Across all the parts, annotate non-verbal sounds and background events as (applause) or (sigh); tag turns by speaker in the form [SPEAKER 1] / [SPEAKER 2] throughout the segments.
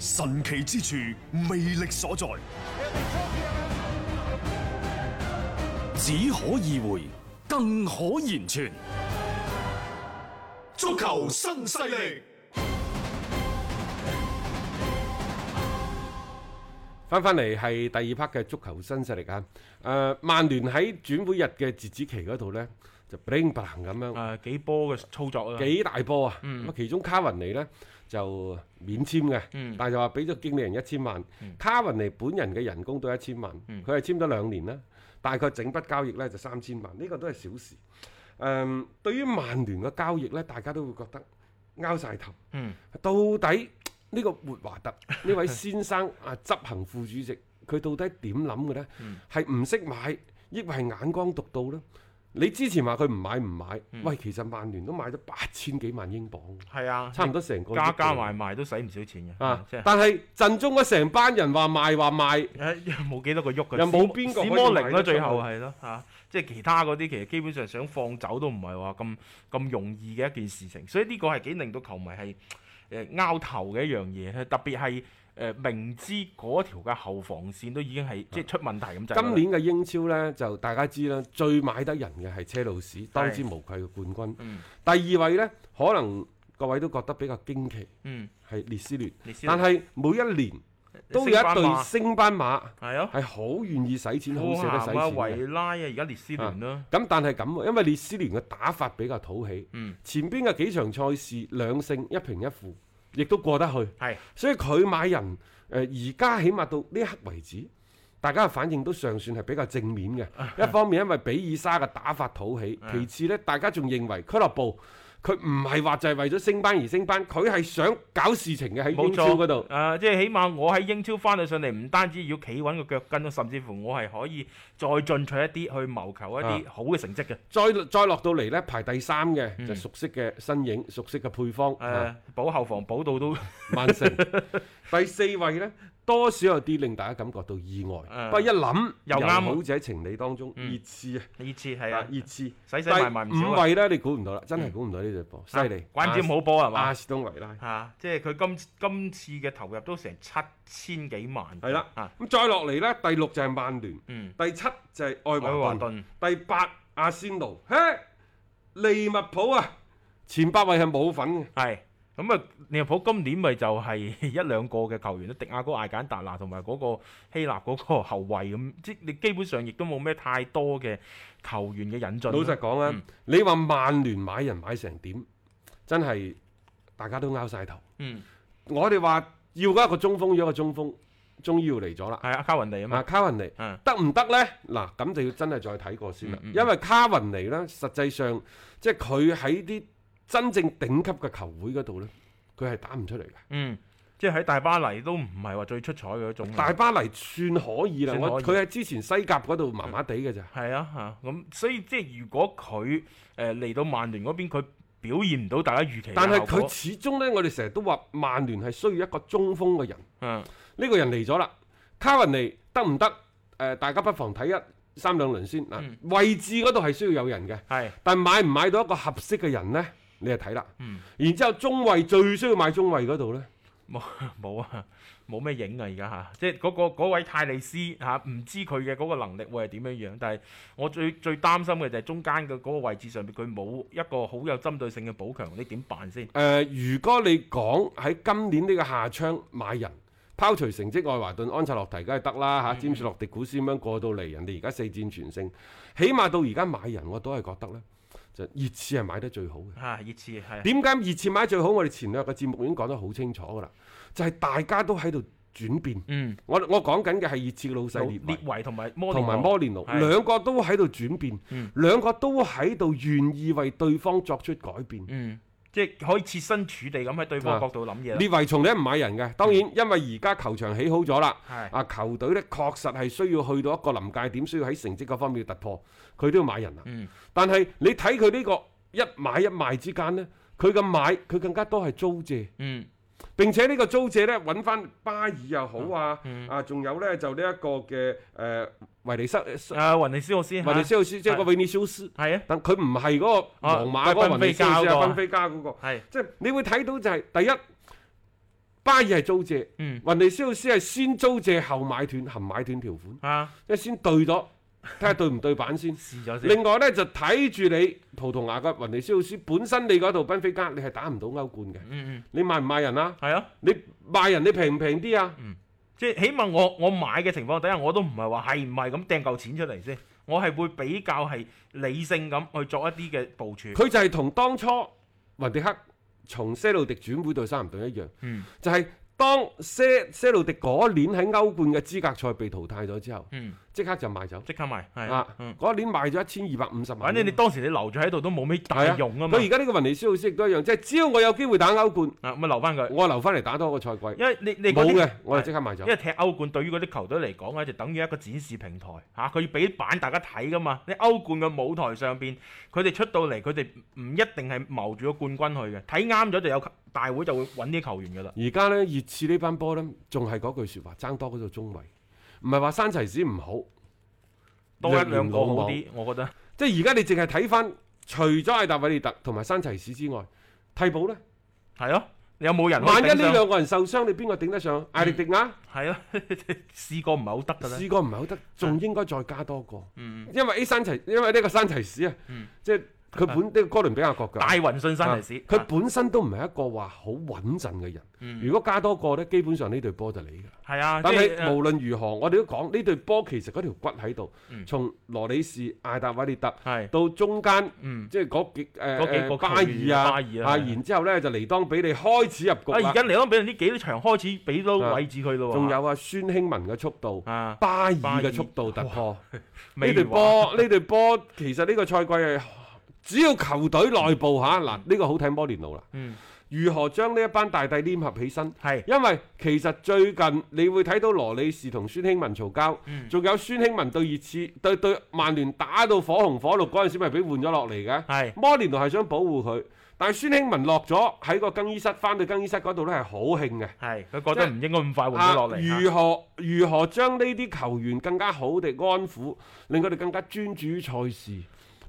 [SPEAKER 1] 神奇之處，魅力所在，
[SPEAKER 2] 只可意會，更可言傳。
[SPEAKER 3] 足球新勢力，
[SPEAKER 4] 翻翻嚟係第二 part 嘅足球新勢力啊！誒、曼聯喺轉會日嘅截止期嗰度呢，就 bling bling 咁樣
[SPEAKER 5] 誒啊幾波嘅操作啦，
[SPEAKER 4] 幾大波啊！咁、其中卡雲尼呢，就免簽嘅，
[SPEAKER 5] 嗯
[SPEAKER 4] 但係就話俾咗經理人一千萬。卡雲尼本人嘅人工都一千萬，佢係、簽咗兩年啦，大概整筆交易呢就三千萬，呢、個都係小事。誒、對於曼聯嘅交易呢，大家都會覺得拗晒頭。
[SPEAKER 5] 嗯
[SPEAKER 4] 到底呢個活華
[SPEAKER 5] (laughs)
[SPEAKER 4] 特呢位先生啊執行副主席，佢到底點諗嘅呢？係唔識買，抑或係眼光獨到呢？你之前話佢唔買唔買，
[SPEAKER 5] 嗯
[SPEAKER 4] 喂，其實曼聯都買咗八千幾萬英鎊，
[SPEAKER 5] 係啊，
[SPEAKER 4] 差唔多成個
[SPEAKER 5] 加
[SPEAKER 4] 億
[SPEAKER 5] 加
[SPEAKER 4] 嘅
[SPEAKER 5] 埋埋都使唔少錢嘅，
[SPEAKER 4] 啊！
[SPEAKER 5] 即係
[SPEAKER 4] 但係陣中嗰成班人話賣話賣，
[SPEAKER 5] 誒冇幾多個喐嘅，
[SPEAKER 4] 又冇邊個可以
[SPEAKER 5] 史摩寧
[SPEAKER 4] 買得
[SPEAKER 5] 咯，
[SPEAKER 4] 出
[SPEAKER 5] 最後
[SPEAKER 4] 去
[SPEAKER 5] 係咯嚇，即係其他嗰啲其實基本上想放走都唔係話咁咁容易嘅一件事情，所以呢個係幾令到球迷係誒拗頭嘅一樣嘢，特別係誒明知嗰條嘅後防線都已經係即係出問題咁滯啦。
[SPEAKER 4] 啊今年嘅英超呢，就大家知啦，最買得人嘅係車路士，當之無愧嘅冠軍。
[SPEAKER 5] 嗯
[SPEAKER 4] 第二位呢，可能各位都覺得比較驚奇，
[SPEAKER 5] 嗯
[SPEAKER 4] 係列斯聯
[SPEAKER 5] 列，斯聯
[SPEAKER 4] 但係每一年都有一隊升班馬
[SPEAKER 5] 係啊，
[SPEAKER 4] 係好願意使錢，好
[SPEAKER 5] 富咸
[SPEAKER 4] 捨得
[SPEAKER 5] 啊、
[SPEAKER 4] 使錢嘅。
[SPEAKER 5] 維拉啊，而家列斯聯啦
[SPEAKER 4] 啊，咁但係咁喎，因為列斯聯嘅打法比較討喜，
[SPEAKER 5] 嗯
[SPEAKER 4] 前邊嘅幾場賽事兩勝一平一負，亦都過得去，
[SPEAKER 5] 係
[SPEAKER 4] 所以佢買人誒呃而家起碼到呢一刻為止。大家嘅反應都尚算係比較正面
[SPEAKER 5] 啊
[SPEAKER 4] 嘅，一方面因為比爾沙嘅打法討喜，其次呢，大家仲認為俱樂部佢唔係話就係為咗升班而升班，佢係想搞事情嘅喺
[SPEAKER 5] 冇
[SPEAKER 4] 英超嗰
[SPEAKER 5] 錯，
[SPEAKER 4] 度
[SPEAKER 5] 誒、。即係起碼我喺英超翻到上嚟，唔單止要企穩個腳跟，甚至乎我係可以再進取一啲，去謀求一
[SPEAKER 4] 啊
[SPEAKER 5] 啲好嘅成績嘅。
[SPEAKER 4] 再再落到嚟呢，排第三嘅、
[SPEAKER 5] 嗯
[SPEAKER 4] 就熟悉嘅身影、熟悉嘅配方，
[SPEAKER 5] 誒、
[SPEAKER 4] 啊
[SPEAKER 5] 保後防保到都
[SPEAKER 4] 曼城 (laughs) 第四位呢，多少有啲令大家感覺到意外，
[SPEAKER 5] 啊
[SPEAKER 4] 不過一諗
[SPEAKER 5] 又啱啊
[SPEAKER 4] 好似喺情理當中，熱刺啊，
[SPEAKER 5] 熱刺係
[SPEAKER 4] 啊
[SPEAKER 5] 啊，
[SPEAKER 4] 熱刺
[SPEAKER 5] 洗洗
[SPEAKER 4] 第
[SPEAKER 5] 埋埋唔少啊嗯
[SPEAKER 4] 五位呢，你估唔到啦，真係估唔到呢隊波，犀利，啊
[SPEAKER 5] 關尖好波係
[SPEAKER 4] 阿
[SPEAKER 5] 嘛？
[SPEAKER 4] 士東維拉。
[SPEAKER 5] 嚇、即係佢今今次嘅投入都成七千幾萬。
[SPEAKER 4] 係啦
[SPEAKER 5] 啊，
[SPEAKER 4] 咁再落嚟呢，第六就係曼聯，
[SPEAKER 5] 嗯
[SPEAKER 4] 第七就係愛
[SPEAKER 5] 愛華
[SPEAKER 4] 華頓
[SPEAKER 5] 頓，
[SPEAKER 4] 第八阿仙奴，嘿，利物浦啊，前八位係冇份嘅。
[SPEAKER 5] 係。咁啊，利物浦今年咪就係 (laughs) 一兩個嘅球員咯，迪亞哥、艾簡達啊拿同埋嗰個希臘嗰個後衞咁， (laughs) 即係你基本上亦都冇咩太多嘅球員嘅引進啦。嗯
[SPEAKER 4] 老實講啊，你話曼聯買人買成點，真係大家都拗晒頭。
[SPEAKER 5] 嗯，
[SPEAKER 4] 我哋話要嗰一個中鋒，要一個中鋒，終於要嚟咗啦。
[SPEAKER 5] 係啊，卡雲尼啊
[SPEAKER 4] 啊，
[SPEAKER 5] 嘛，
[SPEAKER 4] 卡雲尼
[SPEAKER 5] 嗯
[SPEAKER 4] 得唔得呢？嗱，咁就要真係再睇過先啦。
[SPEAKER 5] 嗯嗯嗯
[SPEAKER 4] 因為卡雲尼呢，實際上即係佢喺啲真正頂級嘅球會嗰度呢，佢係打唔出嚟嘅。
[SPEAKER 5] 嗯，即係喺大巴黎都唔係話最出彩嘅一種。
[SPEAKER 4] 大巴黎算可以啦，
[SPEAKER 5] 嗯算
[SPEAKER 4] 我
[SPEAKER 5] 可以
[SPEAKER 4] 佢喺之前西甲嗰度麻麻地嘅咋。
[SPEAKER 5] 係啊嚇，咁所以即係如果佢誒嚟到曼聯嗰邊，佢表現唔到大家預期嘅
[SPEAKER 4] 但係
[SPEAKER 5] 效果，
[SPEAKER 4] 佢始終呢，我哋成日都話曼聯係需要一個中鋒嘅人。
[SPEAKER 5] 嗯
[SPEAKER 4] 呢個人嚟咗啦，卡雲尼得唔得？誒、大家不妨睇一三兩輪先嗱，
[SPEAKER 5] 嗯
[SPEAKER 4] 位置嗰度係需要有人嘅，
[SPEAKER 5] 係
[SPEAKER 4] 但買唔買到一個合適嘅人呢？你就睇啦。
[SPEAKER 5] 嗯
[SPEAKER 4] 然之後中衞最需要買中衞嗰度呢，
[SPEAKER 5] 冇冇啊， (laughs) 冇咩影啊而家嚇，即係嗰、個嗰位泰利斯嚇，唔、知佢嘅嗰個能力會係點樣樣，但係我最最擔心嘅就係中間嘅嗰個位置上面，佢冇一個好有針對性嘅補強，你點辦先？
[SPEAKER 4] 誒、如果你講喺今年呢個夏窗買人。拋除成績，愛華頓、安察洛提梗係得啦
[SPEAKER 5] 嗯
[SPEAKER 4] 嚇，詹士洛迪古斯咁樣過到嚟，人哋而家四戰全勝，起碼到而家買人我都係覺得呢，就熱刺係買得最好嘅。
[SPEAKER 5] 嚇、熱刺 (laughs) 係啊
[SPEAKER 4] 點解熱刺買得最好？我哋前兩日嘅節目已經講得好清楚㗎啦，就係、大家都喺度轉變。
[SPEAKER 5] 嗯，
[SPEAKER 4] 我我講緊嘅係熱刺嘅老細列
[SPEAKER 5] 列
[SPEAKER 4] 維
[SPEAKER 5] 維同埋摩連
[SPEAKER 4] 同埋
[SPEAKER 5] 奴
[SPEAKER 4] 摩連奴，
[SPEAKER 5] 係嗯
[SPEAKER 4] 兩個都喺度轉變，兩個都喺度願意為對方作出改變。
[SPEAKER 5] 嗯，即係可以設身處地咁喺對方角度諗嘢啦。
[SPEAKER 4] 列維松你唔買人嘅，當然因為而家球場起好咗啦，
[SPEAKER 5] 嗯係
[SPEAKER 4] 啊球隊呢確實係需要去到一個臨界點，需要喺成績嗰方面突破，佢都要買人啦。啊
[SPEAKER 5] 嗯
[SPEAKER 4] 但係你睇佢呢個一買一賣之間呢，佢嘅買佢更加多係租借，
[SPEAKER 5] 嗯
[SPEAKER 4] 並且呢個租借呢，揾翻巴爾又好啊，
[SPEAKER 5] 嗯
[SPEAKER 4] 啊仲有呢就呢一個嘅誒、呃、維尼塞
[SPEAKER 5] 啊，雲尼斯奧斯
[SPEAKER 4] 維
[SPEAKER 5] 嚇
[SPEAKER 4] 尼斯奧斯，即係個維尼修斯，
[SPEAKER 5] 係啊，
[SPEAKER 4] 但佢唔係嗰個皇馬嗰個
[SPEAKER 5] 啊
[SPEAKER 4] 維尼修斯啊，
[SPEAKER 5] 賓菲加嗰個
[SPEAKER 4] 賓菲加嗰個。
[SPEAKER 5] 係
[SPEAKER 4] 即係你會睇到就係、第一，巴爾係租借，
[SPEAKER 5] 嗯
[SPEAKER 4] 雲尼斯奧斯係先租借後買斷含買斷條款，
[SPEAKER 5] 啊，。
[SPEAKER 4] 即係先對咗，睇下對唔對版
[SPEAKER 5] (laughs)
[SPEAKER 4] 先
[SPEAKER 5] 試咗先。
[SPEAKER 4] 另外呢，就睇住你葡萄牙嘅雲尼斯奧斯本身你嗰度賓菲加你係打唔到歐冠嘅，
[SPEAKER 5] 嗯嗯，
[SPEAKER 4] 你賣唔賣人啊？
[SPEAKER 5] 係啊，
[SPEAKER 4] 你賣人你平唔平啲啊？
[SPEAKER 5] 即係起碼我我買嘅情況底下，我都唔係話係唔係咁掟嚿錢出嚟先，我係會比較係理性咁去作一啲嘅部署。
[SPEAKER 4] 佢就係同當初雲迪克從些路迪轉會到三唔頓一樣，
[SPEAKER 5] 嗯
[SPEAKER 4] 就係當些些路迪嗰年喺歐冠嘅資格賽被淘汰咗之後，
[SPEAKER 5] 嗯，
[SPEAKER 4] 即刻就賣走。
[SPEAKER 5] 即刻買係
[SPEAKER 4] 啊！
[SPEAKER 5] 嗯，
[SPEAKER 4] 嗰一年賣咗一千二百五十萬。
[SPEAKER 5] 反正你當時你留咗喺度都冇咩大
[SPEAKER 4] 係啊
[SPEAKER 5] 用啊嘛
[SPEAKER 4] 佢而。家呢個雲尼斯奧斯亦都一樣，即係只要我有機會打歐冠，
[SPEAKER 5] 啊，咁咪留翻佢，
[SPEAKER 4] 我留翻嚟打多個賽季。
[SPEAKER 5] 因為你你嗰
[SPEAKER 4] 冇
[SPEAKER 5] 啲
[SPEAKER 4] 嘅，我就即刻賣
[SPEAKER 5] 因
[SPEAKER 4] 咗。
[SPEAKER 5] 為踢歐冠對於嗰啲球隊嚟講咧，就等於一個展示平台嚇，佢、要俾版大家睇噶嘛。你歐冠嘅舞台上邊，佢哋出到嚟，佢哋唔一定係謀住個冠軍去嘅，睇啱咗就有球大會就會揾啲球員噶啦。
[SPEAKER 4] 而家呢，熱刺呢班波呢，仲係嗰句説話，爭多嗰度中衞，唔係話山齊子唔好，
[SPEAKER 5] 多一兩個好
[SPEAKER 4] 兩
[SPEAKER 5] 啲，我覺得。
[SPEAKER 4] 即係而家你淨係睇翻，除咗艾達維列特同埋山齊斯之外，替補呢，
[SPEAKER 5] 係咯。你有冇人可以
[SPEAKER 4] 萬一
[SPEAKER 5] 頂上？
[SPEAKER 4] 呢兩個人受傷，你邊個頂得上？艾力迪亞
[SPEAKER 5] 係咯， (laughs) 試過唔係好得㗎啦。啊
[SPEAKER 4] 試過唔係好得，仲應該再加多個，
[SPEAKER 5] 嗯，
[SPEAKER 4] 因為 A 山齊，因為呢個山齊斯啊
[SPEAKER 5] 嗯，
[SPEAKER 4] 即係佢本呢個哥倫比亞國腳。
[SPEAKER 5] 大雲信山嚟
[SPEAKER 4] 啊
[SPEAKER 5] 試。
[SPEAKER 4] 佢本身都唔係一個話好穩陣嘅人。
[SPEAKER 5] 嗯
[SPEAKER 4] 如果加多個呢，基本上呢隊波就你㗎。
[SPEAKER 5] 係啊，
[SPEAKER 4] 但
[SPEAKER 5] 即
[SPEAKER 4] 係
[SPEAKER 5] 係呃
[SPEAKER 4] 無論如何，我哋都講呢隊波其實嗰條骨喺度
[SPEAKER 5] 嗯。
[SPEAKER 4] 從羅里士、艾達維列特
[SPEAKER 5] 係
[SPEAKER 4] 到中間，
[SPEAKER 5] 嗯。
[SPEAKER 4] 即係嗰幾誒
[SPEAKER 5] 嗰幾個
[SPEAKER 4] 誒巴
[SPEAKER 5] 球員
[SPEAKER 4] 爾
[SPEAKER 5] 巴
[SPEAKER 4] 啊，
[SPEAKER 5] 爾啊
[SPEAKER 4] 啊
[SPEAKER 5] 係
[SPEAKER 4] 然之後呢，就尼當比利開始入
[SPEAKER 5] 啊，
[SPEAKER 4] 局啦啊
[SPEAKER 5] 而家嚟講，俾人呢幾場開始俾到位置佢咯喎。
[SPEAKER 4] 仲有啊，孫興文嘅速度，
[SPEAKER 5] 啊
[SPEAKER 4] 巴爾
[SPEAKER 5] 巴爾
[SPEAKER 4] 嘅速度突破。
[SPEAKER 5] 未
[SPEAKER 4] 呢隊
[SPEAKER 5] 話
[SPEAKER 4] 波 (laughs) 呢隊波其實呢個賽季係只要球隊內部嚇嗱，呢個好睇摩連奴啦。
[SPEAKER 5] 嗯
[SPEAKER 4] 如何將呢一班大帝黏合起身？
[SPEAKER 5] 係
[SPEAKER 4] 因為其實最近你會睇到羅里士同孫興文嘈交
[SPEAKER 5] 嗯，
[SPEAKER 4] 仲、有孫興文對熱刺對對曼聯打到火紅火綠嗰陣時，咪俾換咗落嚟嘅。
[SPEAKER 5] 係
[SPEAKER 4] 摩連奴係想保護佢，但係孫興文落咗喺個更衣室，翻到更衣室嗰度呢係好興嘅。
[SPEAKER 5] 係，佢覺得唔應該咁快啊換咗
[SPEAKER 4] 啊
[SPEAKER 5] 落嚟。
[SPEAKER 4] 如何如何將呢啲球員更加好地安撫，令佢哋更加專注於賽事。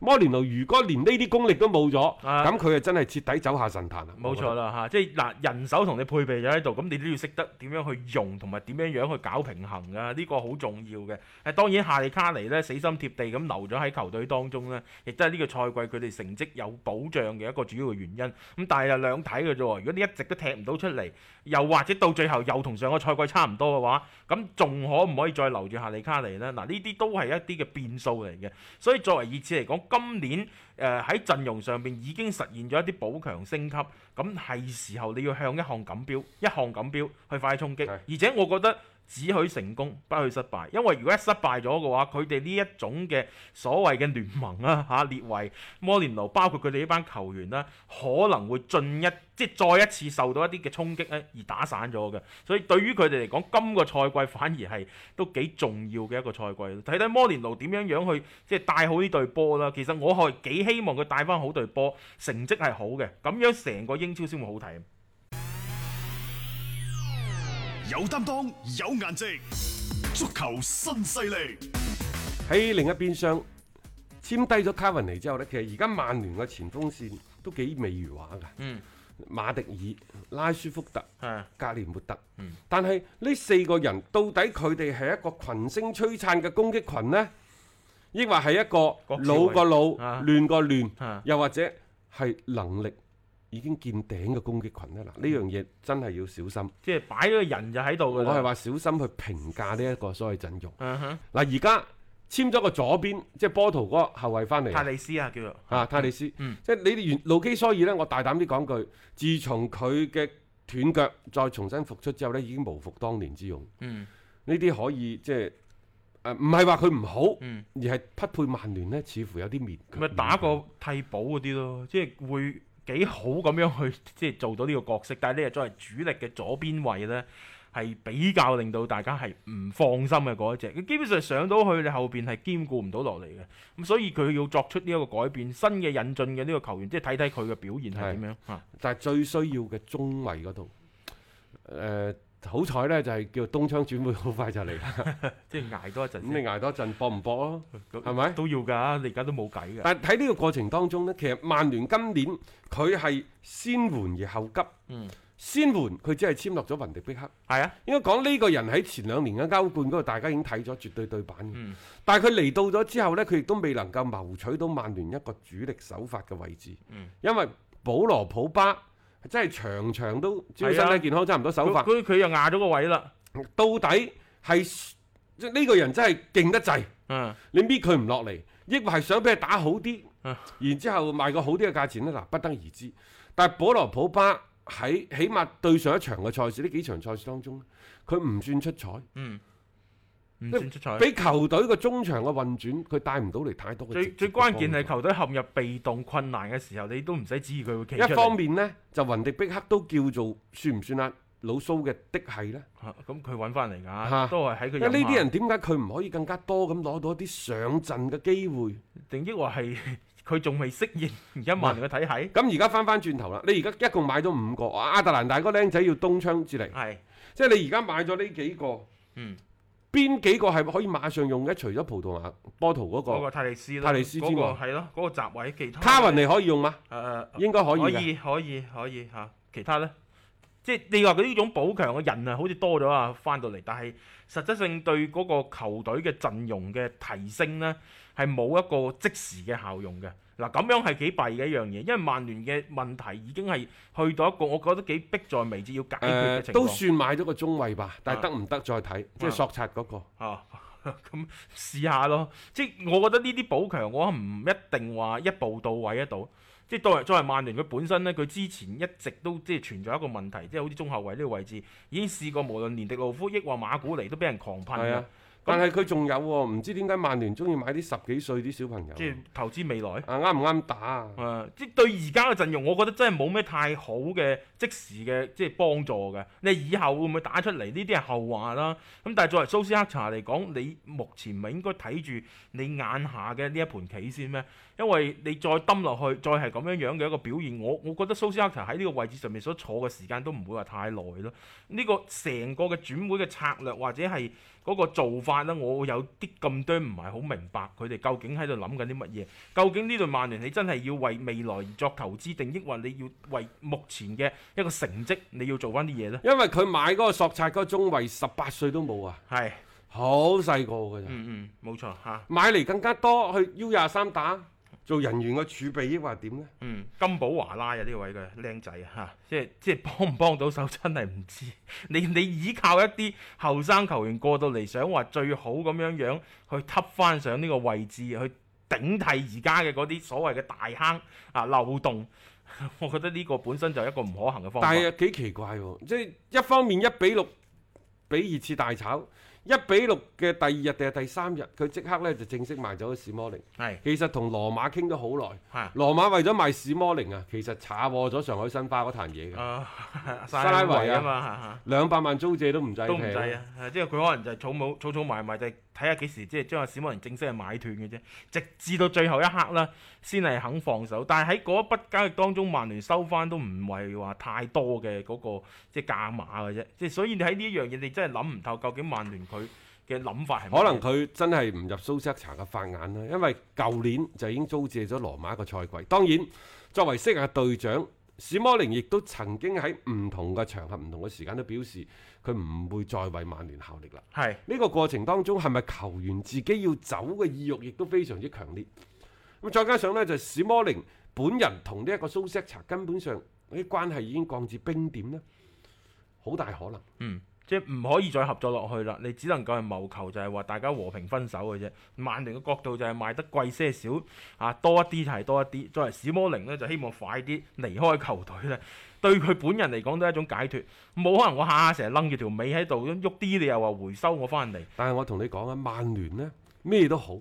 [SPEAKER 4] 摩連奴如果連呢啲功力都冇咗，
[SPEAKER 5] 啊
[SPEAKER 4] 咁佢就真係徹底走下神壇啦。
[SPEAKER 5] 冇錯
[SPEAKER 4] 啦，
[SPEAKER 5] 啦嚇，即係嗱人手同你配備咗喺度，咁你都要識得點樣去用，同埋點樣樣去搞平衡噶，呢個好重要嘅。誒當然夏利卡尼咧死心貼地咁留咗喺球隊當中咧，亦都係呢個賽季佢哋成績有保障嘅一個主要嘅原因。咁但係就兩睇嘅啫喎，如果你一直都踢唔到出嚟，又或者到最後又同上個賽季差唔多嘅話，咁仲可唔可以再留住夏利卡尼呢？嗱，呢啲都係一啲嘅變數嚟嘅。所以作為熱刺嚟講，今年誒喺陣容上邊已經實現咗一啲補強升級，咁係時候你要向一項錦標、一項錦標去快衝擊。
[SPEAKER 4] 係
[SPEAKER 5] 而且我覺得只許成功，不許失敗，因為如果一失敗咗嘅話，佢哋呢一種嘅所謂嘅聯盟啦 (laughs) 嚇、列為摩連奴，包括佢哋呢班球員啦，可能會進一即係再一次受到一啲嘅衝擊咧，而打散咗嘅。所以對於佢哋嚟講，今個賽季反而係都幾重要嘅一個賽季咯。睇睇摩連奴點樣樣去即係帶好呢隊波啦。其實我係幾希望佢帶翻好隊波，成績係好嘅，咁樣成個英超先會好睇。
[SPEAKER 1] 有擔當，有顏值，足球新勢力。
[SPEAKER 4] 喺另一邊廂簽低咗卡雲尼之後呢，其實而家曼聯嘅前鋒線都幾美如畫㗎。
[SPEAKER 5] 嗯，
[SPEAKER 4] 馬迪爾、拉舒福特、
[SPEAKER 5] 係
[SPEAKER 4] 格連活特，
[SPEAKER 5] 嗯
[SPEAKER 4] 但係呢四個人到底佢哋係一個群星璀璨嘅攻擊群呢？抑或係一個
[SPEAKER 5] 各自為
[SPEAKER 4] 老個老、
[SPEAKER 5] 啊
[SPEAKER 4] 亂個亂，
[SPEAKER 5] 啊
[SPEAKER 4] 又或者係能力已經見頂嘅攻擊群呢？
[SPEAKER 5] 嗯
[SPEAKER 4] 嗱，呢樣嘢真係要小心。
[SPEAKER 5] 即係擺咗個人就喺度㗎
[SPEAKER 4] 我
[SPEAKER 5] 啦。
[SPEAKER 4] 係話小心去評價呢一個所謂陣容。
[SPEAKER 5] 嗯哼，
[SPEAKER 4] 嗱，而家簽咗個左邊，即係波圖嗰個後衞翻嚟
[SPEAKER 5] 泰。利斯啊叫做。
[SPEAKER 4] 啊，泰利斯，
[SPEAKER 5] 嗯
[SPEAKER 4] 即係你哋原路基所爾呢，我大膽啲講句，自從佢嘅斷腳再重新復出之後呢，已經無復當年之勇。
[SPEAKER 5] 嗯
[SPEAKER 4] 呢啲可以即係誒唔係話佢唔好，
[SPEAKER 5] 嗯。
[SPEAKER 4] 而係匹配曼聯呢，似乎有啲勉強。
[SPEAKER 5] 咪打個替補嗰啲咯，即係會幾好咁樣去即係做到呢個角色，但係呢，作為主力嘅左邊位呢，係比較令到大家係唔放心嘅嗰一隻。佢基本上上到去你後邊係兼顧唔到落嚟嘅，咁所以佢要作出呢一個改變，新嘅引進嘅呢個球員，即係睇睇佢嘅表現係點樣啊嚇。
[SPEAKER 4] 但係最需要嘅中衞嗰度，誒、好彩呢，就係、叫東窗轉會好快就嚟啦，
[SPEAKER 5] 即係捱多一陣
[SPEAKER 4] 咁你
[SPEAKER 5] 先，
[SPEAKER 4] 捱多陣搏唔搏咯？
[SPEAKER 5] (laughs)
[SPEAKER 4] 係咪
[SPEAKER 5] 都要㗎？你而家都冇計㗎。
[SPEAKER 4] 但係喺呢個過程當中呢，其實曼聯今年佢係先緩而後急，
[SPEAKER 5] 嗯，
[SPEAKER 4] 先緩佢只係簽落咗雲迪碧克。
[SPEAKER 5] 係啊，
[SPEAKER 4] 應該講呢個人喺前兩年嘅歐冠嗰度，大家已經睇咗絕對對版嘅。
[SPEAKER 5] 嗯
[SPEAKER 4] 但係佢嚟到咗之後呢，佢亦都未能夠謀取到曼聯一個主力首發嘅位置，
[SPEAKER 5] 嗯
[SPEAKER 4] 因為保羅普巴真係場場都只要
[SPEAKER 5] 係啊
[SPEAKER 4] 身體健康差唔多首
[SPEAKER 5] 佢
[SPEAKER 4] 發，
[SPEAKER 5] 佢佢又壓咗個位啦。
[SPEAKER 4] 到底係即係呢個人真係勁得滯，
[SPEAKER 5] 嗯，
[SPEAKER 4] 你搣佢唔落嚟，抑或係想俾佢打好啲
[SPEAKER 5] 嗯，
[SPEAKER 4] 然之後賣個好啲嘅價錢呢？嗱，不得而知。但係保羅普巴喺起碼對上一場嘅賽事，呢幾場賽事當中，佢唔算出彩。
[SPEAKER 5] 嗯，唔算出彩。
[SPEAKER 4] 俾球隊嘅中場嘅運轉，佢帶唔到嚟太多嘅
[SPEAKER 5] 最
[SPEAKER 4] 直接
[SPEAKER 5] 最
[SPEAKER 4] 嘅
[SPEAKER 5] 關鍵係
[SPEAKER 4] 幫
[SPEAKER 5] 球隊陷入被動困難嘅時候，你都唔使指意佢會企
[SPEAKER 4] 助
[SPEAKER 5] 出
[SPEAKER 4] 一方
[SPEAKER 5] 嚟。
[SPEAKER 4] 面呢，就雲迪碧克都叫做算唔算啊老蘇嘅的係呢？
[SPEAKER 5] 嚇啊咁佢揾翻嚟㗎，
[SPEAKER 4] 嚇
[SPEAKER 5] 都係喺佢
[SPEAKER 4] 因為呢
[SPEAKER 5] 飲
[SPEAKER 4] 啲
[SPEAKER 5] 下
[SPEAKER 4] 人點解佢唔可以更加多咁攞到一啲上陣嘅機會？
[SPEAKER 5] 定抑或係佢仲未適應而家曼聯嘅體系？
[SPEAKER 4] 咁而家翻翻轉頭啦，你而家一共買咗五個，啊亞特蘭大嗰個僆仔要東窗之嚟，
[SPEAKER 5] 係
[SPEAKER 4] 即係你而家買咗呢幾個，
[SPEAKER 5] 嗯，
[SPEAKER 4] 邊幾個係可以馬上用嘅？除咗葡萄牙波圖嗰、
[SPEAKER 5] 嗰
[SPEAKER 4] 個，
[SPEAKER 5] 個泰利斯啦，
[SPEAKER 4] 泰利斯之外
[SPEAKER 5] 嗰個係咯，嗰個閘位其他呃
[SPEAKER 4] 卡雲尼可以用嗎？
[SPEAKER 5] 誒
[SPEAKER 4] 應該可以
[SPEAKER 5] 可
[SPEAKER 4] 嘅。
[SPEAKER 5] 以可以可以嚇，其他咧，即係你話佢呢種補強嘅人啊，好似多咗啊，翻到嚟，但係實質性對嗰個球隊嘅陣容嘅提升呢，係冇一個即時嘅效用嘅。嗱，咁樣係幾弊嘅一樣嘢，因為曼聯嘅問題已經係去到一個我覺得幾迫在眉睫要解
[SPEAKER 4] 誒、
[SPEAKER 5] 決嘅情況。
[SPEAKER 4] 都算買咗個中衞吧，但係得唔得再睇，即係
[SPEAKER 5] 啊
[SPEAKER 4] 索察嗰、個。
[SPEAKER 5] 啊， (laughs) 咁試下咯。即係我覺得呢啲補強，我唔一定話一步到位得到。即係作為作為曼聯，佢本身呢，佢之前一直都即係存在一個問題，即係好似中後衞呢個位置已經試過，無論連迪路夫抑或馬古尼都俾人狂噴
[SPEAKER 4] 係
[SPEAKER 5] 嘅
[SPEAKER 4] 啊。，但係佢仲有喎、唔知點解曼聯中意買啲十幾歲啲小朋友，
[SPEAKER 5] 即係投資未來。
[SPEAKER 4] 啊啱唔啱打啊？
[SPEAKER 5] 誒、即係對而家嘅陣容，我覺得真係冇咩太好嘅即時嘅即係幫助嘅。你以後會唔會打出嚟？呢啲係後話啦。咁但係作為蘇斯克查嚟講，你目前咪應該睇住你眼下嘅呢一盤棋先咩？因為你再抌落去，再係咁樣樣嘅一個表現，我我覺得蘇斯克查喺呢個位置上面所坐嘅時間都唔會話太耐咯。呢、個成個嘅轉會嘅策略或者係嗰個做法呢，我有啲咁多唔係好明白佢哋究竟喺度諗緊啲乜嘢。究竟呢隊曼聯你真係要為未來而作投資，定抑或你要為目前嘅一個成績你要做翻啲嘢呢？
[SPEAKER 4] 因為佢買嗰個索察嗰個中衞十八歲都冇啊，
[SPEAKER 5] 係，
[SPEAKER 4] 好細個㗎咋，
[SPEAKER 5] 嗯嗯，冇錯嚇、
[SPEAKER 4] 買嚟更加多去 U 廿三打，做人員嘅儲備抑或點呢？
[SPEAKER 5] 嗯，金寶華拉啊呢位嘅靚仔啊嚇，即係即係幫唔幫到手真係唔知。 (laughs) 你你依靠一啲後生球員過到嚟，想話最好咁樣樣去揷翻上呢個位置，去頂替而家嘅嗰啲所謂嘅大坑啊漏洞， (laughs) 我覺得呢個本身就係一個唔可行嘅方法。
[SPEAKER 4] 但係幾奇怪喎、即係一方面一比六俾熱刺大炒，一比六嘅第二日定係第三日，佢即刻呢就正式賣走咗史摩寧。
[SPEAKER 5] 係
[SPEAKER 4] 其實同羅馬傾咗好耐。 (laughs)
[SPEAKER 5] 係
[SPEAKER 4] 羅馬為咗賣史摩寧啊，其實查禍咗上海申花嗰壇嘢嘅，
[SPEAKER 5] 啊，
[SPEAKER 4] 沙拉維啊
[SPEAKER 5] 啊嘛嚇嚇。
[SPEAKER 4] 兩百萬租借都唔制
[SPEAKER 5] 都唔制
[SPEAKER 4] 平。
[SPEAKER 5] 啊！啊即係佢可能就係草冇草草埋埋，就係睇下幾時即係將阿史摩人正式係買斷嘅啫，直至到最後一刻啦，先係肯放手。但係喺嗰一筆交易當中，曼聯收翻都唔係話太多嘅嗰、個即係價碼嘅啫。即係所以你喺呢一樣嘢，你真係諗唔透究竟曼聯佢嘅諗法係乜嘢
[SPEAKER 4] 可能佢真係唔入蘇斯克查嘅法眼啦，因為舊年就已經租借咗羅馬一個賽季。當然，作為昔日隊長，史摩寧亦都曾經喺唔同嘅場合、唔同嘅時間都表示，佢唔會再為曼聯效力啦。
[SPEAKER 5] 係
[SPEAKER 4] 呢個過程當中係咪球員自己要走嘅意欲亦都非常之強烈？咁啊再加上呢，就史摩寧本人同呢一個蘇斯克查根本上啲關係已經降至冰點呢，好大可能。
[SPEAKER 5] 嗯。即係唔可以再合作落去啦，你只能夠係謀求就係話大家和平分手嘅啫。曼聯嘅角度就係賣得貴些少，啊多一啲就係多一啲。作為史摩寧呢，就希望快啲離開球隊咧， (laughs) 對佢本人嚟講都係一種解脱。冇可能我下下成日掕住條尾喺度，咁喐啲你又話回收我翻嚟。
[SPEAKER 4] 但係我同你講啊，曼聯呢咩都好，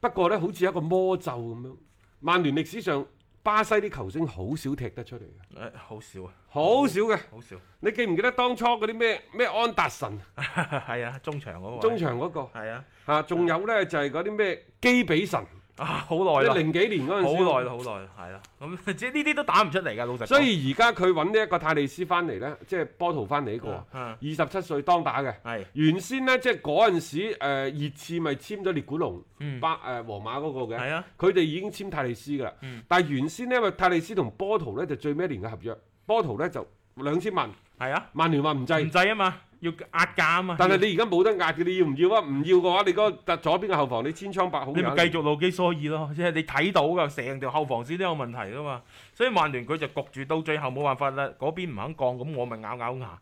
[SPEAKER 4] 不過呢好似一個魔咒咁樣。曼聯歷史上巴西啲球星好少踢得出嚟嘅，
[SPEAKER 5] 誒好少啊，
[SPEAKER 4] 好少嘅。
[SPEAKER 5] 好少， (laughs)
[SPEAKER 4] 你記唔記得當初嗰啲咩咩安達臣
[SPEAKER 5] 係啊，中場嗰個，
[SPEAKER 4] 中場嗰、個
[SPEAKER 5] 係啊，
[SPEAKER 4] 啊仲有呢，就係嗰啲咩基比神，
[SPEAKER 5] 啊好
[SPEAKER 4] 即
[SPEAKER 5] 耐
[SPEAKER 4] 係
[SPEAKER 5] 啦，
[SPEAKER 4] 零幾年嗰陣時。
[SPEAKER 5] 好耐啦，好耐啦，係啦，咁即係呢啲都打唔出嚟㗎，老實講。
[SPEAKER 4] 所以而家佢揾呢一個泰利斯翻嚟呢，即係波圖翻嚟呢個啊，
[SPEAKER 5] 嗯
[SPEAKER 4] 二十七歲當打嘅。
[SPEAKER 5] 係
[SPEAKER 4] 原先呢，即係嗰陣時誒、呃、熱刺咪簽咗列古龍、
[SPEAKER 5] 嗯
[SPEAKER 4] 巴誒、呃、皇馬嗰個嘅，
[SPEAKER 5] 係啊
[SPEAKER 4] 佢哋已經簽泰利斯㗎啦。
[SPEAKER 5] 嗯
[SPEAKER 4] 但係原先呢，因為泰利斯同波圖呢，就最尾一年嘅合約，波圖呢就兩千萬，
[SPEAKER 5] 係啊，
[SPEAKER 4] 曼聯話唔制
[SPEAKER 5] 唔。制啊嘛，要壓價啊嘛。
[SPEAKER 4] 但係你而家冇得壓嘅，你要唔要啊？唔要嘅話，你嗰個左邊嘅後防你千瘡百孔。
[SPEAKER 5] 你咪繼續路基疏爾咯，即係你睇到噶，成條後防線都有問題噶嘛。所以曼聯佢就焗住到最後冇辦法啦，嗰邊唔肯降，咁我咪咬咬牙，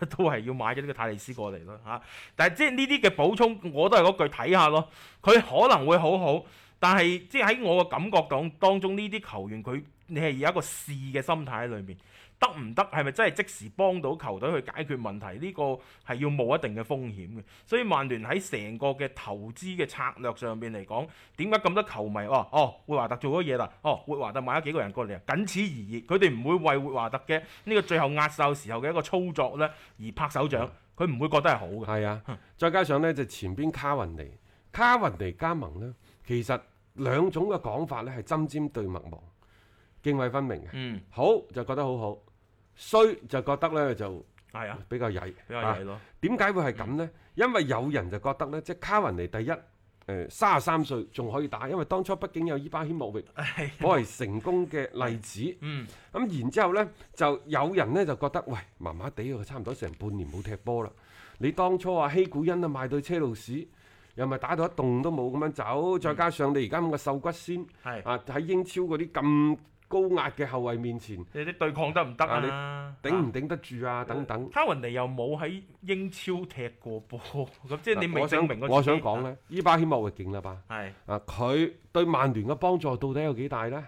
[SPEAKER 5] (laughs) 都係要買咗呢個泰利斯過嚟咯嚇。但係即係呢啲嘅補充，我都係嗰句睇下咯。佢可能會好好，但係即係喺我嘅感覺當當中，呢啲球員佢你係有一個試嘅心態喺裏面。得唔得係咪真係即時幫到球隊去解決問題？呢、個係要冒一定嘅風險嘅。所以曼聯喺成個嘅投資嘅策略上邊嚟講，點解咁多球迷哦哦，活華特做咗嘢啦，哦活華特買咗幾個人過嚟啊，僅此而已。佢哋唔會為活華特嘅呢個最後壓哨時候嘅一個操作呢而拍手掌，佢唔會覺得係好嘅。嗯
[SPEAKER 4] 係啊，再加上呢，就前邊卡雲尼、卡雲尼加盟呢，其實兩種嘅講法呢係針尖對麥芒，涇渭分明嘅。
[SPEAKER 5] 嗯，
[SPEAKER 4] 好就覺得好好，衰就覺得呢就
[SPEAKER 5] 係啊，
[SPEAKER 4] 比較曳。
[SPEAKER 5] 比較
[SPEAKER 4] 啊
[SPEAKER 5] 曳咯。
[SPEAKER 4] 點解會係咁呢？因為有人就覺得呢，即係卡雲尼第一，誒三十三歲仲可以打，因為當初畢竟有伊巴
[SPEAKER 5] (laughs)
[SPEAKER 4] 謙莫域，頗為成功嘅例子。
[SPEAKER 5] 嗯，
[SPEAKER 4] 咁然之後呢，就有人呢就覺得，喂，麻麻地喎，差唔多成半年冇踢波啦。你當初啊希古恩啊賣到車路士，又咪打到一棟都冇咁樣走，再加上你而家咁嘅瘦骨仙，
[SPEAKER 5] 嗯係
[SPEAKER 4] 啊喺英超嗰啲咁高壓嘅後衞面前，
[SPEAKER 5] 你啲對抗得唔得
[SPEAKER 4] 啊你
[SPEAKER 5] 啊？
[SPEAKER 4] 頂唔頂得住啊？等等。
[SPEAKER 5] 卡雲尼又冇喺英超踢過波，咁即係你未
[SPEAKER 4] 我想
[SPEAKER 5] 證明啊過
[SPEAKER 4] 我
[SPEAKER 5] 自
[SPEAKER 4] 想
[SPEAKER 5] 己
[SPEAKER 4] 講，呢，伊巴希莫域勁啦吧？
[SPEAKER 5] 係
[SPEAKER 4] 啊，佢對曼聯嘅幫助到底有幾大呢？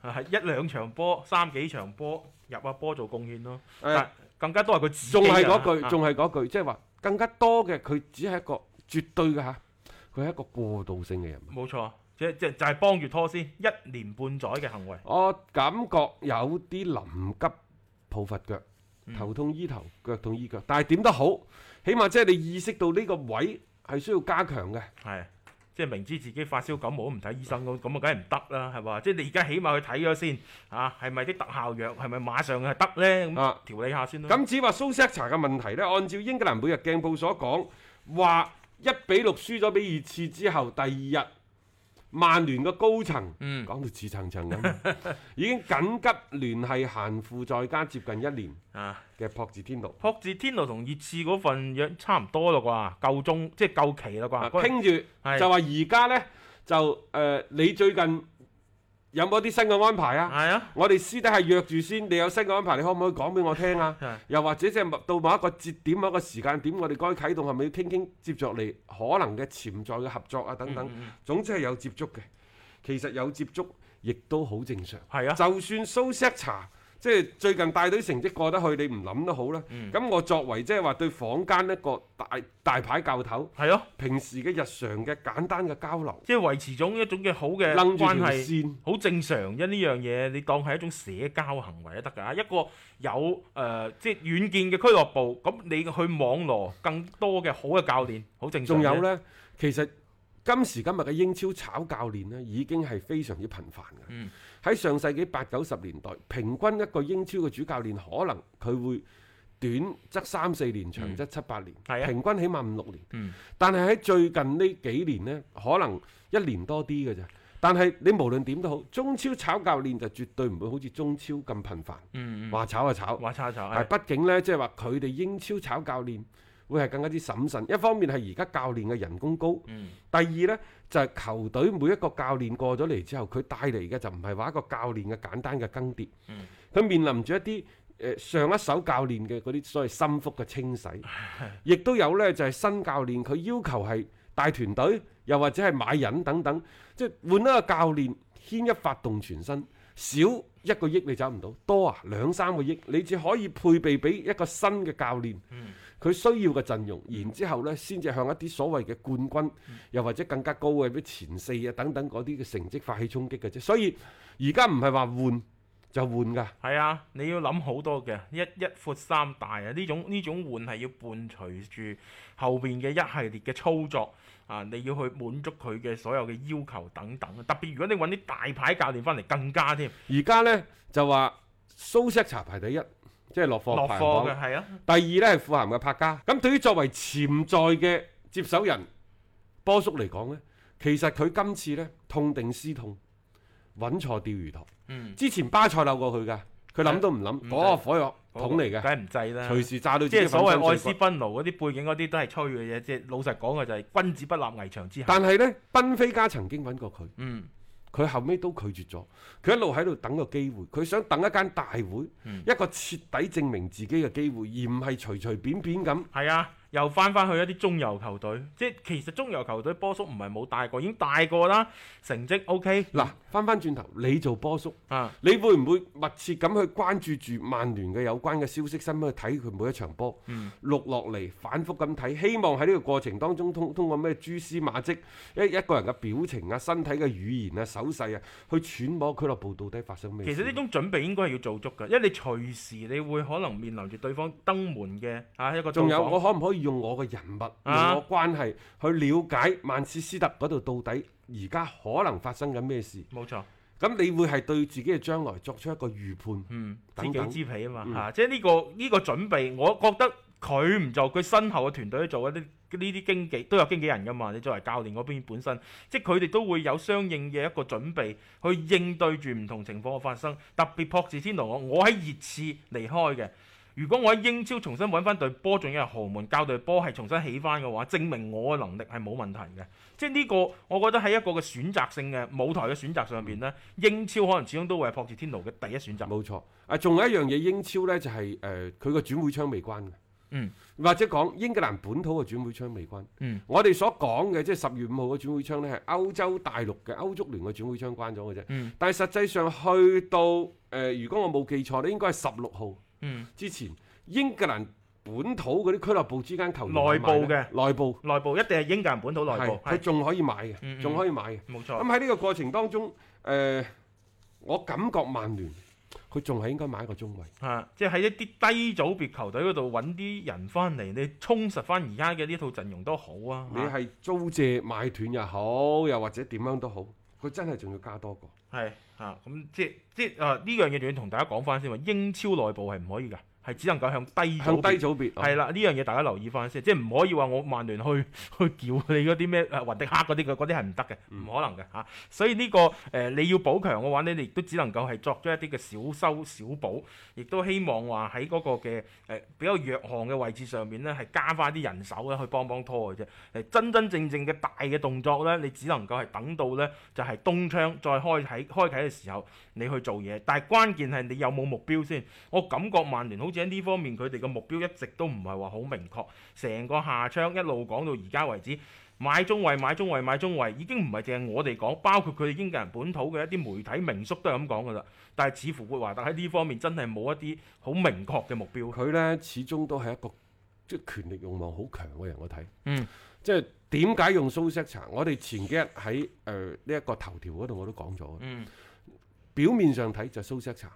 [SPEAKER 5] 係一兩場波、三幾場波入下波做貢獻咯。
[SPEAKER 4] 誒
[SPEAKER 5] 但更加多係佢自己
[SPEAKER 4] 仲係
[SPEAKER 5] 啊
[SPEAKER 4] 嗰句，仲係嗰句，即係話更加多嘅佢只係一個絕對嘅嚇，佢係一個過渡性嘅人物。
[SPEAKER 5] 冇錯，即即就係幫住拖先一年半載嘅行為。
[SPEAKER 4] 我感覺有啲臨急抱佛腳，頭痛醫頭，腳痛醫腳。但係點都好，起碼即係你意識到呢個位係需要加強嘅。
[SPEAKER 5] 係，即係明知自己發燒感冒都唔睇醫生咁，咁啊梗係唔得啦，係嘛？即係你而家起碼去睇咗先，啊，係咪啲特效藥係咪馬上係得咧？咁
[SPEAKER 4] 啊
[SPEAKER 5] 調理下先咯。
[SPEAKER 4] 咁至於話蘇斯克查嘅問題呢，按照英格蘭每日鏡報所講，話一比六輸咗俾熱刺之後，第二日曼聯嘅高層
[SPEAKER 5] 嗯
[SPEAKER 4] 講到似層層咁，啊 (laughs) 已經緊急聯繫閒富在家接近一年
[SPEAKER 5] 啊。
[SPEAKER 4] 嘅朴智天奴，
[SPEAKER 5] 朴智天奴同熱刺嗰份約差唔多啦啩，夠鐘即係夠期啦啩。
[SPEAKER 4] 啊
[SPEAKER 5] 嗰
[SPEAKER 4] 傾住
[SPEAKER 5] 係
[SPEAKER 4] 就話而家呢，就誒、呃你最近有冇啲新嘅安排啊？
[SPEAKER 5] 係啊，
[SPEAKER 4] 我哋私底下約住先，你有新嘅安排，你可唔可以講俾我聽啊？
[SPEAKER 5] (laughs) 係
[SPEAKER 4] 又或者即係到某一個節點、某一個時間點，我哋該啟動係咪要傾傾接落嚟可能嘅潛在嘅合作啊等等。
[SPEAKER 5] 嗯
[SPEAKER 4] 總之係有接觸嘅，其實有接觸亦都好正常。
[SPEAKER 5] 係啊，
[SPEAKER 4] 就算蘇斯查即係最近帶隊成績過得去，你唔諗都好啦。
[SPEAKER 5] 嗯
[SPEAKER 4] 咁、我作為即係話對坊間一個大大牌教頭，
[SPEAKER 5] 係咯，
[SPEAKER 4] 平時嘅日常嘅簡單嘅交流，
[SPEAKER 5] 即係維持種一種嘅好嘅
[SPEAKER 4] 楞住條
[SPEAKER 5] 關係。
[SPEAKER 4] 線。
[SPEAKER 5] 好正常啫，呢樣嘢你當係一種社交行為都得㗎。一個有誒、呃即係遠見嘅俱樂部，咁你去網羅更多嘅好嘅教練，好正常
[SPEAKER 4] 仲
[SPEAKER 5] 啫。
[SPEAKER 4] 有呢，其實今時今日嘅英超炒教練呢，已經係非常之頻繁嘅。
[SPEAKER 5] 嗯
[SPEAKER 4] 喺上世紀八九十年代，平均一個英超嘅主教練可能佢會短則三四年，長則七八年，
[SPEAKER 5] 係啊
[SPEAKER 4] 平均起碼五六年。
[SPEAKER 5] 嗯
[SPEAKER 4] 但係喺最近呢幾年呢，可能一年多啲嘅啫。但係你無論點都好，中超炒教練就絕對唔會好似中超咁頻繁，
[SPEAKER 5] 嗯嗯，
[SPEAKER 4] 話炒就炒。
[SPEAKER 5] 話差就
[SPEAKER 4] 但係
[SPEAKER 5] 係
[SPEAKER 4] 畢竟呢，即係話佢哋英超炒教練會係更加之審慎。一方面係而家教練嘅人工高，
[SPEAKER 5] 嗯
[SPEAKER 4] 第二呢，就係、球隊每一個教練過咗嚟之後，佢帶嚟嘅就唔係話一個教練嘅簡單嘅更迭，
[SPEAKER 5] 嗯
[SPEAKER 4] 佢、面臨住一啲誒、呃上一手教練嘅嗰啲所謂心腹嘅
[SPEAKER 5] (laughs)
[SPEAKER 4] 清洗，亦都有呢，就係、新教練佢要求係帶團隊，又或者係買人等等，即係換一個教練牽一發動全身，少一
[SPEAKER 5] 嗯
[SPEAKER 4] 個億你走唔到，多啊兩三個億你只可以配備俾一個新嘅教練。佢需要嘅陣容，然之後呢，先至向一啲所謂嘅冠軍，
[SPEAKER 5] 嗯
[SPEAKER 4] 又或者更加高嘅咩前四啊等等嗰啲嘅成績發起衝擊嘅啫。所以而家唔係話換就換㗎。
[SPEAKER 5] 係啊，你要諗好多嘅，一一闊三大啊！呢種呢種換係要伴隨住後邊嘅一系列嘅操作啊，你要去滿足佢嘅所有嘅要求等等。特別如果你揾啲大牌教練翻嚟，更加添
[SPEAKER 4] 而家呢，就話蘇斯查排第一，即係落
[SPEAKER 5] 落
[SPEAKER 4] 貨哦排行
[SPEAKER 5] 課嘅
[SPEAKER 4] 榜。
[SPEAKER 5] 係啊，
[SPEAKER 4] 第二呢係富咸嘅柏加。咁對於作為潛在嘅接手人波叔嚟講呢，其實佢今次呢，痛定思痛，揾錯釣魚塘。
[SPEAKER 5] 嗯，
[SPEAKER 4] 之前巴塞漏過佢㗎，佢諗都唔諗，
[SPEAKER 5] 嗯
[SPEAKER 4] 嗰個火藥桶嚟
[SPEAKER 5] 梗
[SPEAKER 4] 嘅，
[SPEAKER 5] 係唔制啦。
[SPEAKER 4] 隨時炸到自
[SPEAKER 5] 即
[SPEAKER 4] 己
[SPEAKER 5] 係
[SPEAKER 4] 粉身
[SPEAKER 5] 所謂愛斯
[SPEAKER 4] 碎骨。
[SPEAKER 5] 賓奴嗰啲背景嗰啲都係吹嘅嘢，即係老實講嘅就係君子不立危牆之下。
[SPEAKER 4] 但係呢，賓菲加曾經揾過佢，
[SPEAKER 5] 嗯，
[SPEAKER 4] 佢後尾都拒絕咗。佢一路喺度等個機會，佢想等一間大會，
[SPEAKER 5] 嗯
[SPEAKER 4] 一個徹底證明自己嘅機會，而唔係隨隨便便咁。
[SPEAKER 5] 係啊，又翻翻去一啲中游球隊，即係其實中游球隊波叔唔係冇帶過，已經帶過啦，成績 OK
[SPEAKER 4] 嗱，翻翻轉頭，你做波叔，
[SPEAKER 5] 啊，
[SPEAKER 4] 你會唔會密切咁去關注住曼聯嘅有關嘅消息新聞，去睇佢每一場波，
[SPEAKER 5] 嗯
[SPEAKER 4] 錄落嚟反覆咁睇，希望喺呢個過程當中通通過咩蛛絲馬跡，一一個人嘅表情啊、身體嘅語言啊、手勢啊，去揣摩俱樂部到底發生咩
[SPEAKER 5] 其
[SPEAKER 4] 事。
[SPEAKER 5] 實呢種準備應該係要做足嘅，因為你隨時你會可能面臨住對方登門嘅啊一個
[SPEAKER 4] 仲有，
[SPEAKER 5] 到
[SPEAKER 4] 我
[SPEAKER 5] 訪
[SPEAKER 4] 可唔可以用我嘅人物、
[SPEAKER 5] 啊
[SPEAKER 4] 用我關係去了解曼徹斯特嗰度到底而家可能發生緊咩事？
[SPEAKER 5] 冇錯，
[SPEAKER 4] 咁你會係對自己嘅將來作出一個預判。
[SPEAKER 5] 嗯，知
[SPEAKER 4] 等等
[SPEAKER 5] 己知彼啊嘛嚇、
[SPEAKER 4] 嗯
[SPEAKER 5] 啊即係呢、個呢、個準備，我覺得佢唔做，佢身後嘅團隊去做一啲。呢啲經紀都有經紀人噶嘛，你作為教練嗰邊本身，即係佢哋都會有相應嘅一個準備去應對住唔同情況嘅發生。特別博士天奴我，我喺熱刺離開嘅，如果我喺英超重新揾翻隊波，仲要係豪門教隊波係重新起翻嘅話，證明我嘅能力係冇問題嘅。即係呢個，我覺得喺一個嘅選擇性嘅舞台嘅選擇上邊呢，英超可能始終都會係博士天奴嘅第一選擇。
[SPEAKER 4] 冇錯，啊，仲有一樣嘢，英超呢就係誒佢個轉會窗未關嘅，
[SPEAKER 5] 嗯，
[SPEAKER 4] 或者講英格蘭本土嘅轉會窗未關，
[SPEAKER 5] 嗯，
[SPEAKER 4] 我哋所講嘅即係十月五號嘅轉會窗呢，係歐洲大陸嘅歐足聯嘅轉會窗關咗嘅啫，
[SPEAKER 5] 嗯
[SPEAKER 4] 但係實際上去到誒、呃如果我冇記錯咧，應該係十六號
[SPEAKER 5] 嗯，
[SPEAKER 4] 之前，英格蘭本土嗰啲俱樂部之間球員
[SPEAKER 5] 內部
[SPEAKER 4] 買賣呢內部
[SPEAKER 5] 內部一定係英格蘭本土內部
[SPEAKER 4] 係，佢
[SPEAKER 5] 係
[SPEAKER 4] 仲可以買
[SPEAKER 5] 嗯嗯
[SPEAKER 4] 嘅，仲可以買嘅。
[SPEAKER 5] 冇
[SPEAKER 4] 咁
[SPEAKER 5] 錯。
[SPEAKER 4] 喺呢個過程當中，誒、我感覺曼聯佢仲係應該買一個中衞。
[SPEAKER 5] 啊！即係喺一啲低組別球隊嗰度揾啲人翻嚟，你充實翻而家嘅呢套陣容都好啊！
[SPEAKER 4] 你係租借買斷又好，又或者點樣都好，佢真係仲要加多個。
[SPEAKER 5] 係啊，咁即係即係啊呢樣嘢仲要同大家講翻先喎，英超內部係唔可以㗎，係只能夠向低
[SPEAKER 4] 向低
[SPEAKER 5] 組別
[SPEAKER 4] 組別啊
[SPEAKER 5] 係啦，呢樣嘢大家留意翻先，即係唔可以話我曼聯去 (laughs) 去叫你嗰啲咩誒雲迪克嗰啲，佢嗰啲係唔得嘅，唔可能嘅嚇、所以呢、個誒、呃你要補強嘅話咧，你亦都只能夠係作咗一啲嘅小修小補，亦都希望話喺嗰個嘅誒、呃比較弱項嘅位置上面咧，係加翻啲人手咧去幫幫拖嘅啫。誒真真正正嘅大嘅動作咧，你只能夠係等到咧就係、冬窗再開啟開啟嘅時候，你去做嘢。但係關鍵係你有冇目標先。我感覺曼聯好似喺呢方面佢哋嘅目標一直都唔係話好明確，成個下窗一路講到而家為止。買中衞、買中衞、買中衞，已經唔係淨係我哋講，包括佢哋英格蘭本土嘅一啲媒體名宿都係咁講噶啦。但係似乎活華特喺呢方面真係冇一啲好明確嘅目標。
[SPEAKER 4] 佢呢始終都係一個即係權力慾望好強嘅人，我睇。
[SPEAKER 5] 嗯，
[SPEAKER 4] 即係點解用蘇斯查？我哋前幾日喺誒呢一個頭條嗰度我都講咗。
[SPEAKER 5] 嗯，
[SPEAKER 4] 表面上睇就蘇斯查，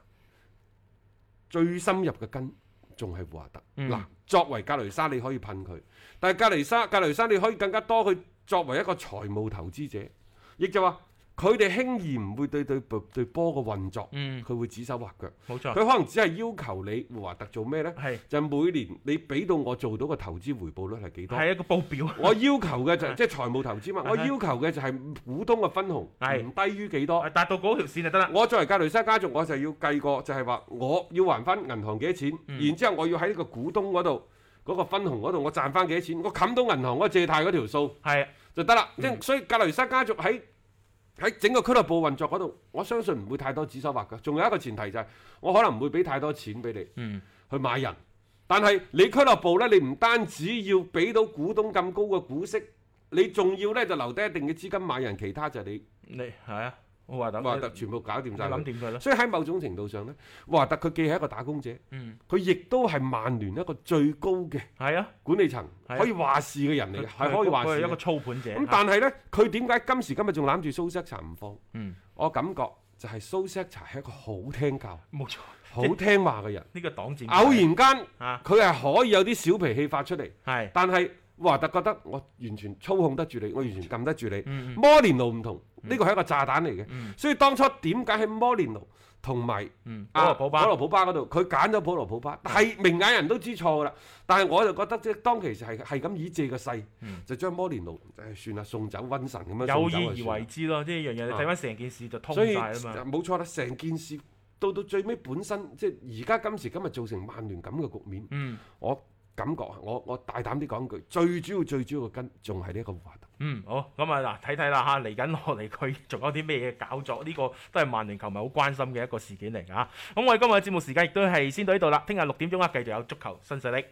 [SPEAKER 4] 最深入嘅根仲係胡華特。
[SPEAKER 5] 嗯
[SPEAKER 4] 嗱、作為格雷沙你可以噴佢，但係格雷沙格雷沙你可以更加多去作為一個財務投資者，亦就話佢哋輕易唔會對對對對波嘅運作，佢、
[SPEAKER 5] 嗯
[SPEAKER 4] 會指手畫腳。
[SPEAKER 5] 冇
[SPEAKER 4] 佢
[SPEAKER 5] 錯，
[SPEAKER 4] 可能只係要求你胡華特做咩呢？
[SPEAKER 5] 係
[SPEAKER 4] 就係每年你俾到我做到嘅投資回報率係幾多？
[SPEAKER 5] 係一個報表。
[SPEAKER 4] 我要求嘅就係即係財務投資嘛，
[SPEAKER 5] 係
[SPEAKER 4] 我要求嘅就係股東嘅分紅
[SPEAKER 5] 係
[SPEAKER 4] 唔低於幾多
[SPEAKER 5] (laughs) 啊。達到嗰條線就得啦。
[SPEAKER 4] (laughs) 我作為格雷沙家族，我就要計過，就係話我要還翻銀行幾多錢，
[SPEAKER 5] 嗯
[SPEAKER 4] 然之後我要喺呢個股東嗰度嗰個分紅嗰度，我賺翻幾多錢，我冚到銀行嗰個借貸嗰條數
[SPEAKER 5] 係啊
[SPEAKER 4] 就得
[SPEAKER 5] 嗯
[SPEAKER 4] 啦。即係所以格雷沙家族喺喺整個俱樂部運作嗰度，我相信唔會太多指手畫腳。仲有一個前提就係、我可能唔會俾太多錢俾你
[SPEAKER 5] 嗯
[SPEAKER 4] 去買人，但係你俱樂部呢，你唔單止要俾到股東咁高嘅股息，你仲要呢就留低一定嘅資金買人，其他就係你
[SPEAKER 5] 你係啊，我話等
[SPEAKER 4] 華特全部搞掂
[SPEAKER 5] 你
[SPEAKER 4] 晒佢
[SPEAKER 5] 諗。掂佢啦。
[SPEAKER 4] 所以喺某種程度上呢，華特佢既係一個打工者，
[SPEAKER 5] 嗯，
[SPEAKER 4] 佢亦都係曼聯一個最高嘅
[SPEAKER 5] 係啊，
[SPEAKER 4] 管理層，
[SPEAKER 5] 係啊
[SPEAKER 4] 可以話事嘅人嚟嘅，係可以話
[SPEAKER 5] 佢
[SPEAKER 4] 事
[SPEAKER 5] 係一個
[SPEAKER 4] 嘅。
[SPEAKER 5] 操盤者。啊
[SPEAKER 4] 咁但係呢，佢點解今時今日仲攬住蘇斯克查唔放？
[SPEAKER 5] 嗯，
[SPEAKER 4] 我感覺就係蘇斯克查係一個好聽教、
[SPEAKER 5] 冇錯，
[SPEAKER 4] 好聽話嘅人。
[SPEAKER 5] 呢個黨戰
[SPEAKER 4] 偶然間
[SPEAKER 5] 啊
[SPEAKER 4] 佢係可以有啲小脾氣發出嚟，
[SPEAKER 5] 係
[SPEAKER 4] 但係華特覺得我完全操控得住你，我完全撳得住你。
[SPEAKER 5] 嗯嗯
[SPEAKER 4] 摩連奴唔同，呢個係一個炸彈嚟嘅。
[SPEAKER 5] 嗯
[SPEAKER 4] 所以當初點解喺摩連奴同埋
[SPEAKER 5] 嗯，
[SPEAKER 4] 啊
[SPEAKER 5] 保羅普巴嗯
[SPEAKER 4] 普羅普巴嗰度，佢揀咗普羅普巴，係明眼人都知錯噶啦。但係我就覺得即係當其時係係咁以借個勢，
[SPEAKER 5] 嗯
[SPEAKER 4] 就將摩連奴唉算啦送走瘟神咁樣
[SPEAKER 5] 有
[SPEAKER 4] 送走就
[SPEAKER 5] 意而
[SPEAKER 4] 算
[SPEAKER 5] 為
[SPEAKER 4] 啦
[SPEAKER 5] 之咯，呢一樣嘢你
[SPEAKER 4] 啊
[SPEAKER 5] 睇翻成件事就通
[SPEAKER 4] 所
[SPEAKER 5] 晒
[SPEAKER 4] 以呃
[SPEAKER 5] 啦嘛。
[SPEAKER 4] 冇錯啦，成件事到到最尾本身即係而家今時今日造成曼聯咁嘅局面，
[SPEAKER 5] 嗯
[SPEAKER 4] 我感覺啊我我大膽啲講句，最主要最主要嘅根仲係呢一個華特。
[SPEAKER 5] 嗯，好咁啊嗱，睇睇啦嚇，嚟緊落嚟佢仲有啲咩嘢搞作？呢、個都係曼聯球迷好關心啊嘅一個事件嚟㗎嚇。咁我哋今日嘅節目時間亦都係先到呢度啦，聽日六點鐘啊，繼續有足球新勢力。